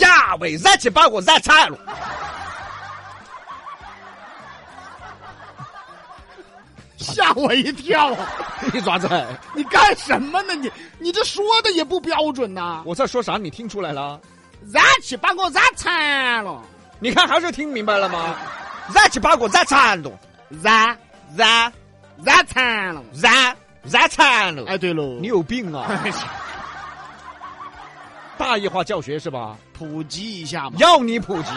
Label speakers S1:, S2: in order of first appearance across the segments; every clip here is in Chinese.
S1: 大卫，燃气把我燃惨了。
S2: 吓我一 跳！啊
S1: 你爪子，
S2: 你干什么呢？你你这说的也不标准呐、
S1: 我在说啥？你听出来了？
S2: 燃起把我燃惨了，
S1: 你看还是听明白了吗？燃气把我燃惨了，
S2: 燃
S1: 燃
S2: 燃惨了。
S1: 燃燃惨了。
S2: 哎，对喽，
S1: 你有病 啊！大一化教学是吧？
S2: 普及一下嘛。
S1: 要你普及，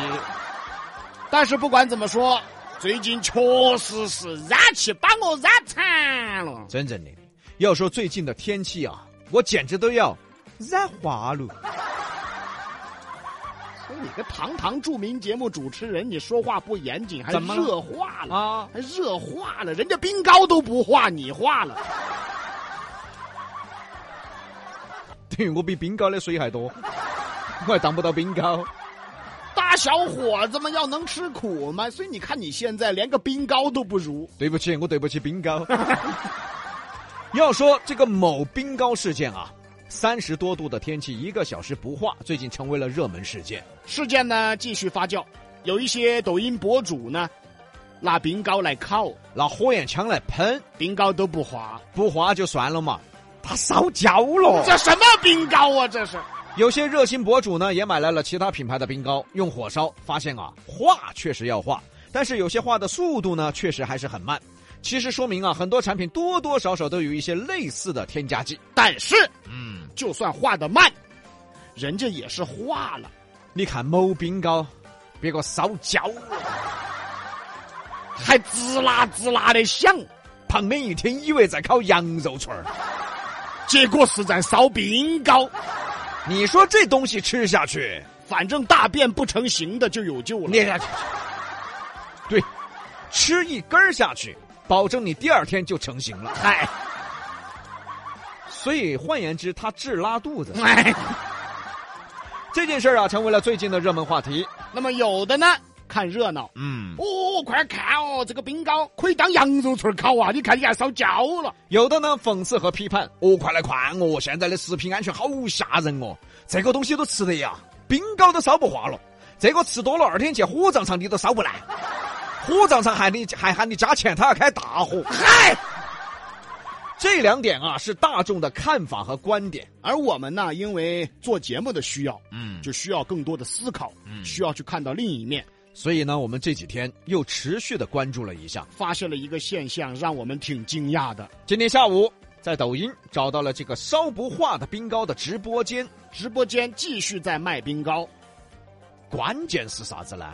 S2: 但是不管怎么说，最近确实是燃气把我燃惨了。
S1: 真正的。要说最近的天气啊，我简直都要燃花了。
S2: 说你个堂堂著名节目主持人，你说话不严谨，还
S1: 怎么了
S2: 热化了
S1: 啊
S2: 还热化了，人家冰糕都不化，你化了。
S1: 对我比冰糕的水还多，我还当不到冰糕。
S2: 大小伙子们要能吃苦嘛，所以你看你现在连个冰糕都不如。
S1: 对不起，我对不起冰糕。 要说这个某冰糕事件啊，三十多度的天气一个小时不化，最近成为了热门事件。
S2: 事件呢继续发酵，有一些抖音博主呢，拿冰糕来烤，
S1: 拿火焰枪来喷，
S2: 冰糕都不化，
S1: 不化就算了嘛，它烧焦了。
S2: 这什么冰糕啊？这是
S1: 有些热心博主呢，也买来了其他品牌的冰糕，用火烧，发现啊，化确实要化，但是有些化的速度呢，确实还是很慢。其实说明啊，很多产品多多少少都有一些类似的添加剂。
S2: 但是
S1: 嗯，
S2: 就算化的慢，人家也是化了。
S1: 你看某冰糕，别个烧焦了，
S2: 还滋啦滋啦的响，
S1: 旁边一听以为在烤羊肉串儿，
S2: 结果是在烧冰糕。
S1: 你说这东西吃下去，
S2: 反正大便不成形的就有救了。
S1: 捏下去，对，吃一根儿下去，保证你第二天就成型了。
S2: 嗨，
S1: 所以换言之，它治拉肚子。
S2: 哎，
S1: 这件事儿啊，成为了最近的热门话题。
S2: 那么有的呢，看热闹。
S1: 嗯，
S2: 哦，快看哦，这个冰糕可以当羊肉串儿烤啊！你看你还烧焦了。
S1: 有的呢讽刺和批判。哦，快来看哦，现在的食品安全好吓人哦，这个东西都吃得呀，冰糕都烧不化了。这个吃多了，二天去火葬场你都烧不烂，火葬场喊你还喊你加钱，他要开大火。
S2: 嗨，
S1: 这两点啊是大众的看法和观点。
S2: 而我们呢，因为做节目的需要，
S1: 嗯，
S2: 就需要更多的思考，需要去看到另一面。
S1: 所以呢，我们这几天又持续的关注了一下。
S2: 发现了一个现象，让我们挺惊讶的。
S1: 今天下午在抖音找到了这个烧不化的冰糕的直播间，
S2: 直播间继续在卖冰糕，
S1: 关键是啥子呢？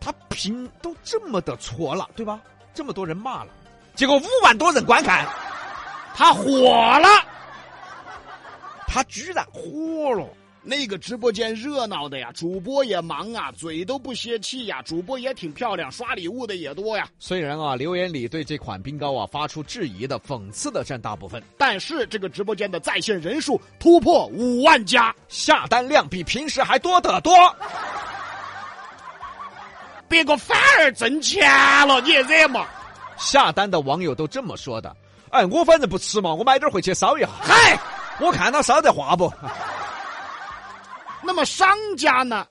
S1: 他评都这么的错了，对吧？这么多人骂了，结果五万多人观看，
S2: 它火了。
S1: 他居然火了。
S2: 那个直播间热闹的呀，主播也忙啊，嘴都不歇气呀，主播也挺漂亮，刷礼物的也多呀。
S1: 虽然啊，留言里对这款冰糕啊发出质疑的、讽刺的占大部分，
S2: 但是这个直播间的在线人数突破五万加，
S1: 下单量比平时还多得多。
S2: 别个反而挣钱了，你也惹嘛？
S1: 下单的网友都这么说的。哎，我反正不吃嘛，我买点回去烧一下，
S2: 嗨，
S1: 我看它烧得化不。
S2: 那么商家呢？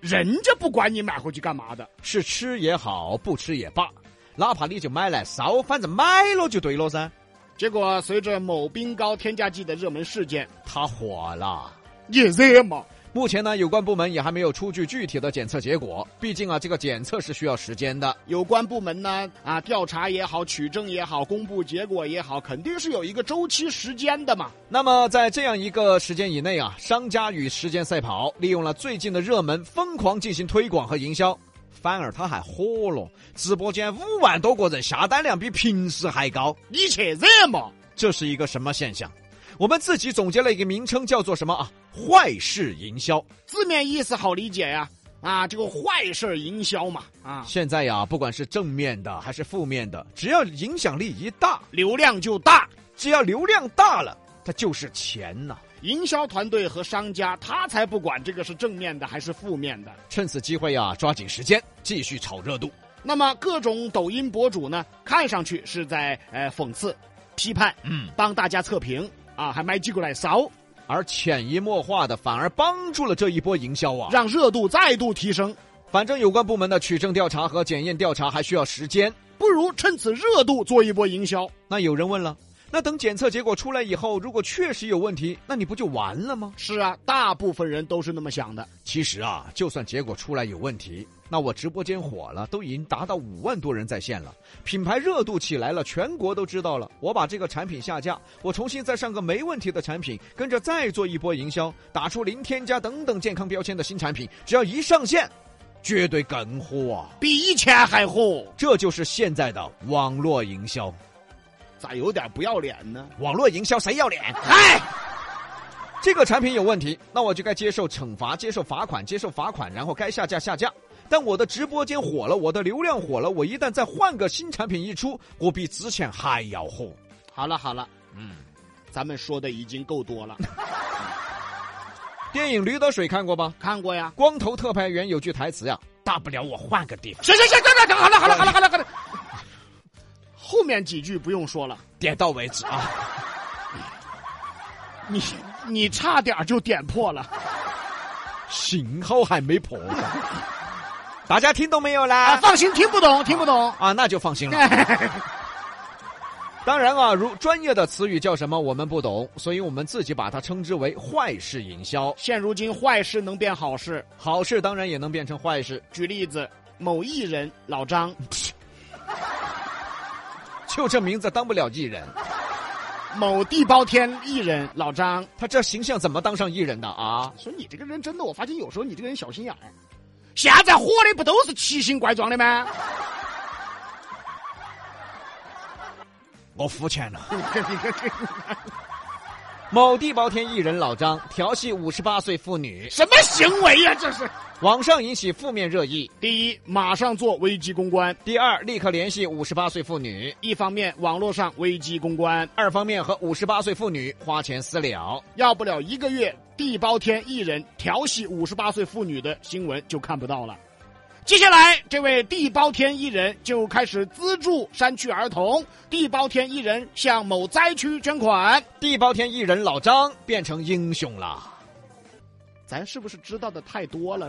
S2: 人家不管你买回去干嘛的，
S1: 是吃也好，不吃也罢，哪怕你就买来烧，反正买了就对了噻。
S2: 结果随着某冰糕添加剂的热门事件，
S1: 它火了。
S2: 你也惹嘛？
S1: 目前呢，有关部门也还没有出具具体的检测结果，毕竟啊，这个检测是需要时间的。
S2: 有关部门呢啊，调查也好，取证也好，公布结果也好，肯定是有一个周期时间的嘛。
S1: 那么在这样一个时间以内啊，商家与时间赛跑，利用了最近的热门，疯狂进行推广和营销，反而他还火了，直播间五万多个人，下单量比平时还高，
S2: 你去惹嘛？
S1: 这是一个什么现象？我们自己总结了一个名称，叫做什么啊？坏事营销。
S2: 字面意思好理解呀、啊，这个坏事儿营销嘛，啊，
S1: 现在呀，不管是正面的还是负面的，只要影响力一大，
S2: 流量就大。
S1: 只要流量大了，它就是钱呐、
S2: 营销团队和商家他才不管这个是正面的还是负面的。
S1: 趁此机会呀、抓紧时间继续炒热度。
S2: 那么各种抖音博主呢，看上去是在呃讽刺、批判，
S1: 嗯，
S2: 帮大家测评啊，还买几个来烧。
S1: 而潜移默化的反而帮助了这一波营销啊。
S2: 让热度再度提升。
S1: 反正有关部门的取证调查和检验调查还需要时间。
S2: 不如趁此热度做一波营销。
S1: 那有人问了，那等检测结果出来以后，如果确实有问题，那你不就完了吗？
S2: 是啊，大部分人都是那么想的。
S1: 其实啊，就算结果出来有问题，那我直播间火了，都已经达到五万多人在线了，品牌热度起来了，全国都知道了。我把这个产品下架，我重新再上个没问题的产品，跟着再做一波营销，打出零添加等等健康标签的新产品，只要一上线，绝对更火啊！
S2: 比以前还火，
S1: 这就是现在的网络营销。
S2: 咋有点不要脸呢？
S1: 网络营销谁要 脸？
S2: 哎，
S1: 这个产品有问题，那我就该接受惩罚、接受罚款、接受罚款，然后该下架下架。但我的直播间火了，我的流量火了，我一旦再换个新产品一出，我比之前还要火。
S2: 好了好了，
S1: 嗯，
S2: 咱们说的已经够多 了。
S1: 电影《驴得水》看过吧？
S2: 看过呀？
S1: 光头特派员有句台词呀、大不了我换个地方。
S2: 行行行，等等等，好了好了好了好了好了。后面几句不用说了，
S1: 点到为止 啊！
S2: 你你差点就点破了。
S1: 幸好还没破。大家听懂没有啦
S2: 啊，？放心，听不懂听不懂。
S1: 啊，那就放心了。当然啊，如专业的词语叫什么我们不懂，所以我们自己把它称之为坏事营销。
S2: 现如今坏事能变好事，
S1: 好事当然也能变成坏事，
S2: 举例子，某艺人老张，
S1: 就这名字当不了艺人，
S2: 某地包天艺人老张。
S1: 他这形象怎么当上艺人的啊？
S2: 所以你这个人真的，我发现有时候你这个人小心眼儿。现在火的不都是奇形怪状的吗？
S1: 我肤浅啊了。 某地包天艺人老张调戏五十八岁妇女，
S2: 什么行为呀、这是！
S1: 网上引起负面热议。
S2: 第一，马上做危机公关；
S1: 第二，立刻联系五十八岁妇女。
S2: 一方面，网络上危机公关，
S1: 二方面和五十八岁妇女花钱私了。
S2: 要不了一个月，地包天艺人调戏五十八岁妇女的新闻就看不到了。接下来，这位地包天艺人就开始资助山区儿童，地包天艺人向某灾区捐款。
S1: 地包天艺人老张变成英雄了。
S2: 咱是不是知道的太多了？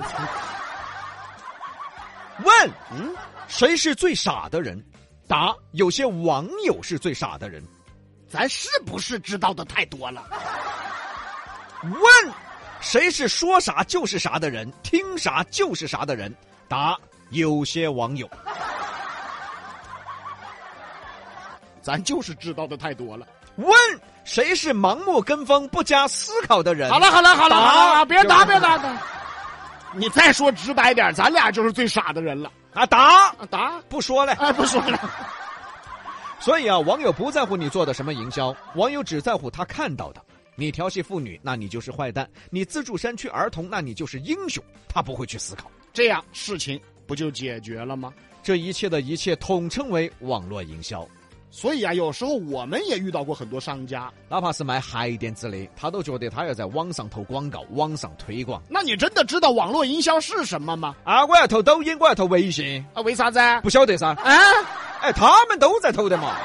S1: 问
S2: 嗯，
S1: 谁是最傻的人？答：有些网友是最傻的人。
S2: 咱是不是知道的太多了？
S1: 问谁是说啥就是啥的人，听啥就是啥的人？答：有些网友。
S2: 咱就是知道的太多了。
S1: 问谁是盲目跟风不加思考的人？
S2: 好了好了呃好了
S1: 打
S2: 好了，别打
S1: 就
S2: 别打打！你再说直白点，咱俩就是最傻的人了。
S1: 啊，答
S2: 啊，打！
S1: 不说了。
S2: 哎，不说 了。
S1: 所以啊，网友不在乎你做的什么营销，网友只在乎他看到的。你调戏妇女，那你就是坏蛋；你资助山区儿童，那你就是英雄。他不会去思考，
S2: 这样事情不就解决了吗？
S1: 这一切的一切统称为网络营销。
S2: 所以啊，有时候我们也遇到过很多商家。
S1: 哪怕是卖鞋垫之类，他都觉得他要在网上投广告，网上推广。
S2: 那你真的知道网络营销是什么吗？
S1: 啊，我要投抖音，我要投微信，
S2: 啊，为啥子啊？
S1: 不晓得噻。
S2: 啊，
S1: 哎，他们都在投的嘛，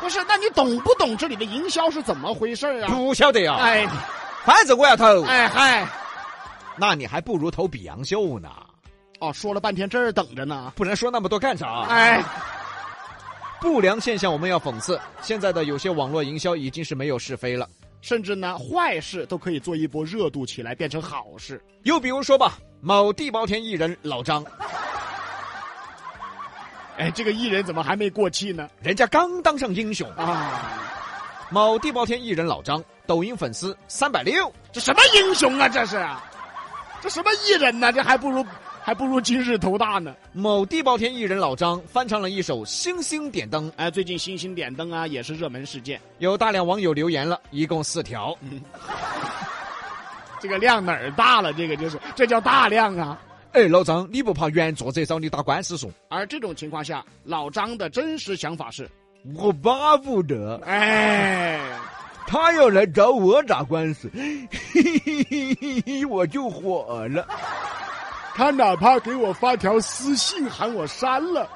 S2: 不是，那你懂不懂这里的营销是怎么回事啊？
S1: 不晓得呀。
S2: 哎
S1: 反正我要投，
S2: 哎嗨！
S1: 那你还不如投比洋秀呢，
S2: 哦，说了半天这儿等着呢。
S1: 不然说那么多干啥？
S2: 哎，
S1: 不良现象我们要讽刺，现在的有些网络营销已经是没有是非了。
S2: 甚至呢，坏事都可以做一波热度起来，变成好事。
S1: 又比如说吧，某地包天艺人老张，
S2: 哎，这个艺人怎么还没过气呢？
S1: 人家刚当上英雄。
S2: 啊，
S1: 某地包天艺人老张，抖音粉丝三百六，
S2: 这什么英雄啊？这是，这什么艺人呢、这还不如还不如今日头大呢。
S1: 某地包天艺人老张翻唱了一首《星星点灯》，
S2: 哎，最近星星点灯啊，也是热门事件。
S1: 有大量网友留言了，一共四条。
S2: 这个量哪儿大了？这个就是，这叫大量啊。
S1: 哎，老张，你不怕原作者找你打官司说？
S2: 而这种情况下，老张的真实想法是：
S1: 我巴不得
S2: 哎，
S1: 他要来找我打官司， 嘿嘿嘿嘿嘿，我就火了。
S2: 他哪怕给我发条私信喊我删了，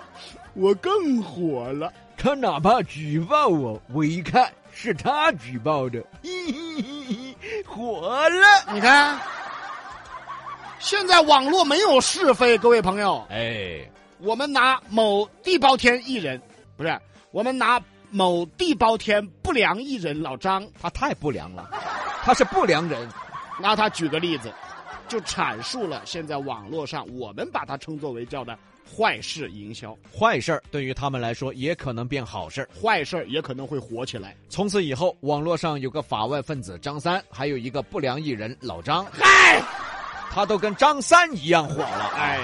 S2: 我更火了。
S1: 他哪 怕举报我，我一看是他举报的，嘿嘿嘿嘿，活了。
S2: 你看，现在网络没有是非，各位朋友，
S1: 哎，
S2: 我们拿某地包天艺人，不是，我们拿某地包天不良艺人老张，
S1: 他太不良了，他是不良人。
S2: 拿他举个例子，就阐述了现在网络上我们把它称作为叫的坏事营销，
S1: 坏事儿对于他们来说也可能变好事儿。
S2: 坏事儿也可能会火起来。
S1: 从此以后，网络上有个法外分子张三，还有一个不良艺人老张，
S2: 嗨，
S1: 他都跟张三一样火了。
S2: 哎，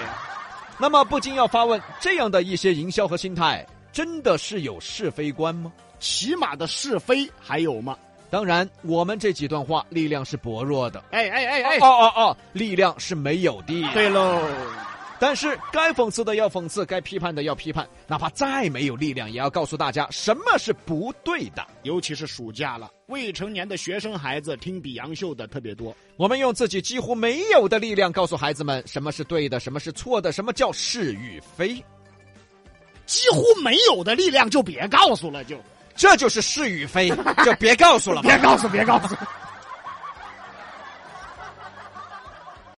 S1: 那么不禁要发问：这样的一些营销和心态，真的是有是非观吗？
S2: 起码的是非还有吗？
S1: 当然，我们这几段话力量是薄弱的。
S2: 哎哎哎哎，
S1: 哦哦哦，力量是没有的。
S2: 对喽，
S1: 但是该讽刺的要讽刺，该批判的要批判，哪怕再没有力量，也要告诉大家什么是不对的。
S2: 尤其是暑假了，未成年的学生孩子听比洋秀的特别多。
S1: 我们用自己几乎没有的力量，告诉孩子们什么是对的，什么是错的，什么叫是与非。
S2: 几乎没有的力量就别告诉了，就
S1: 这就是是与非，就别告诉了吧。
S2: 告诉，别告诉。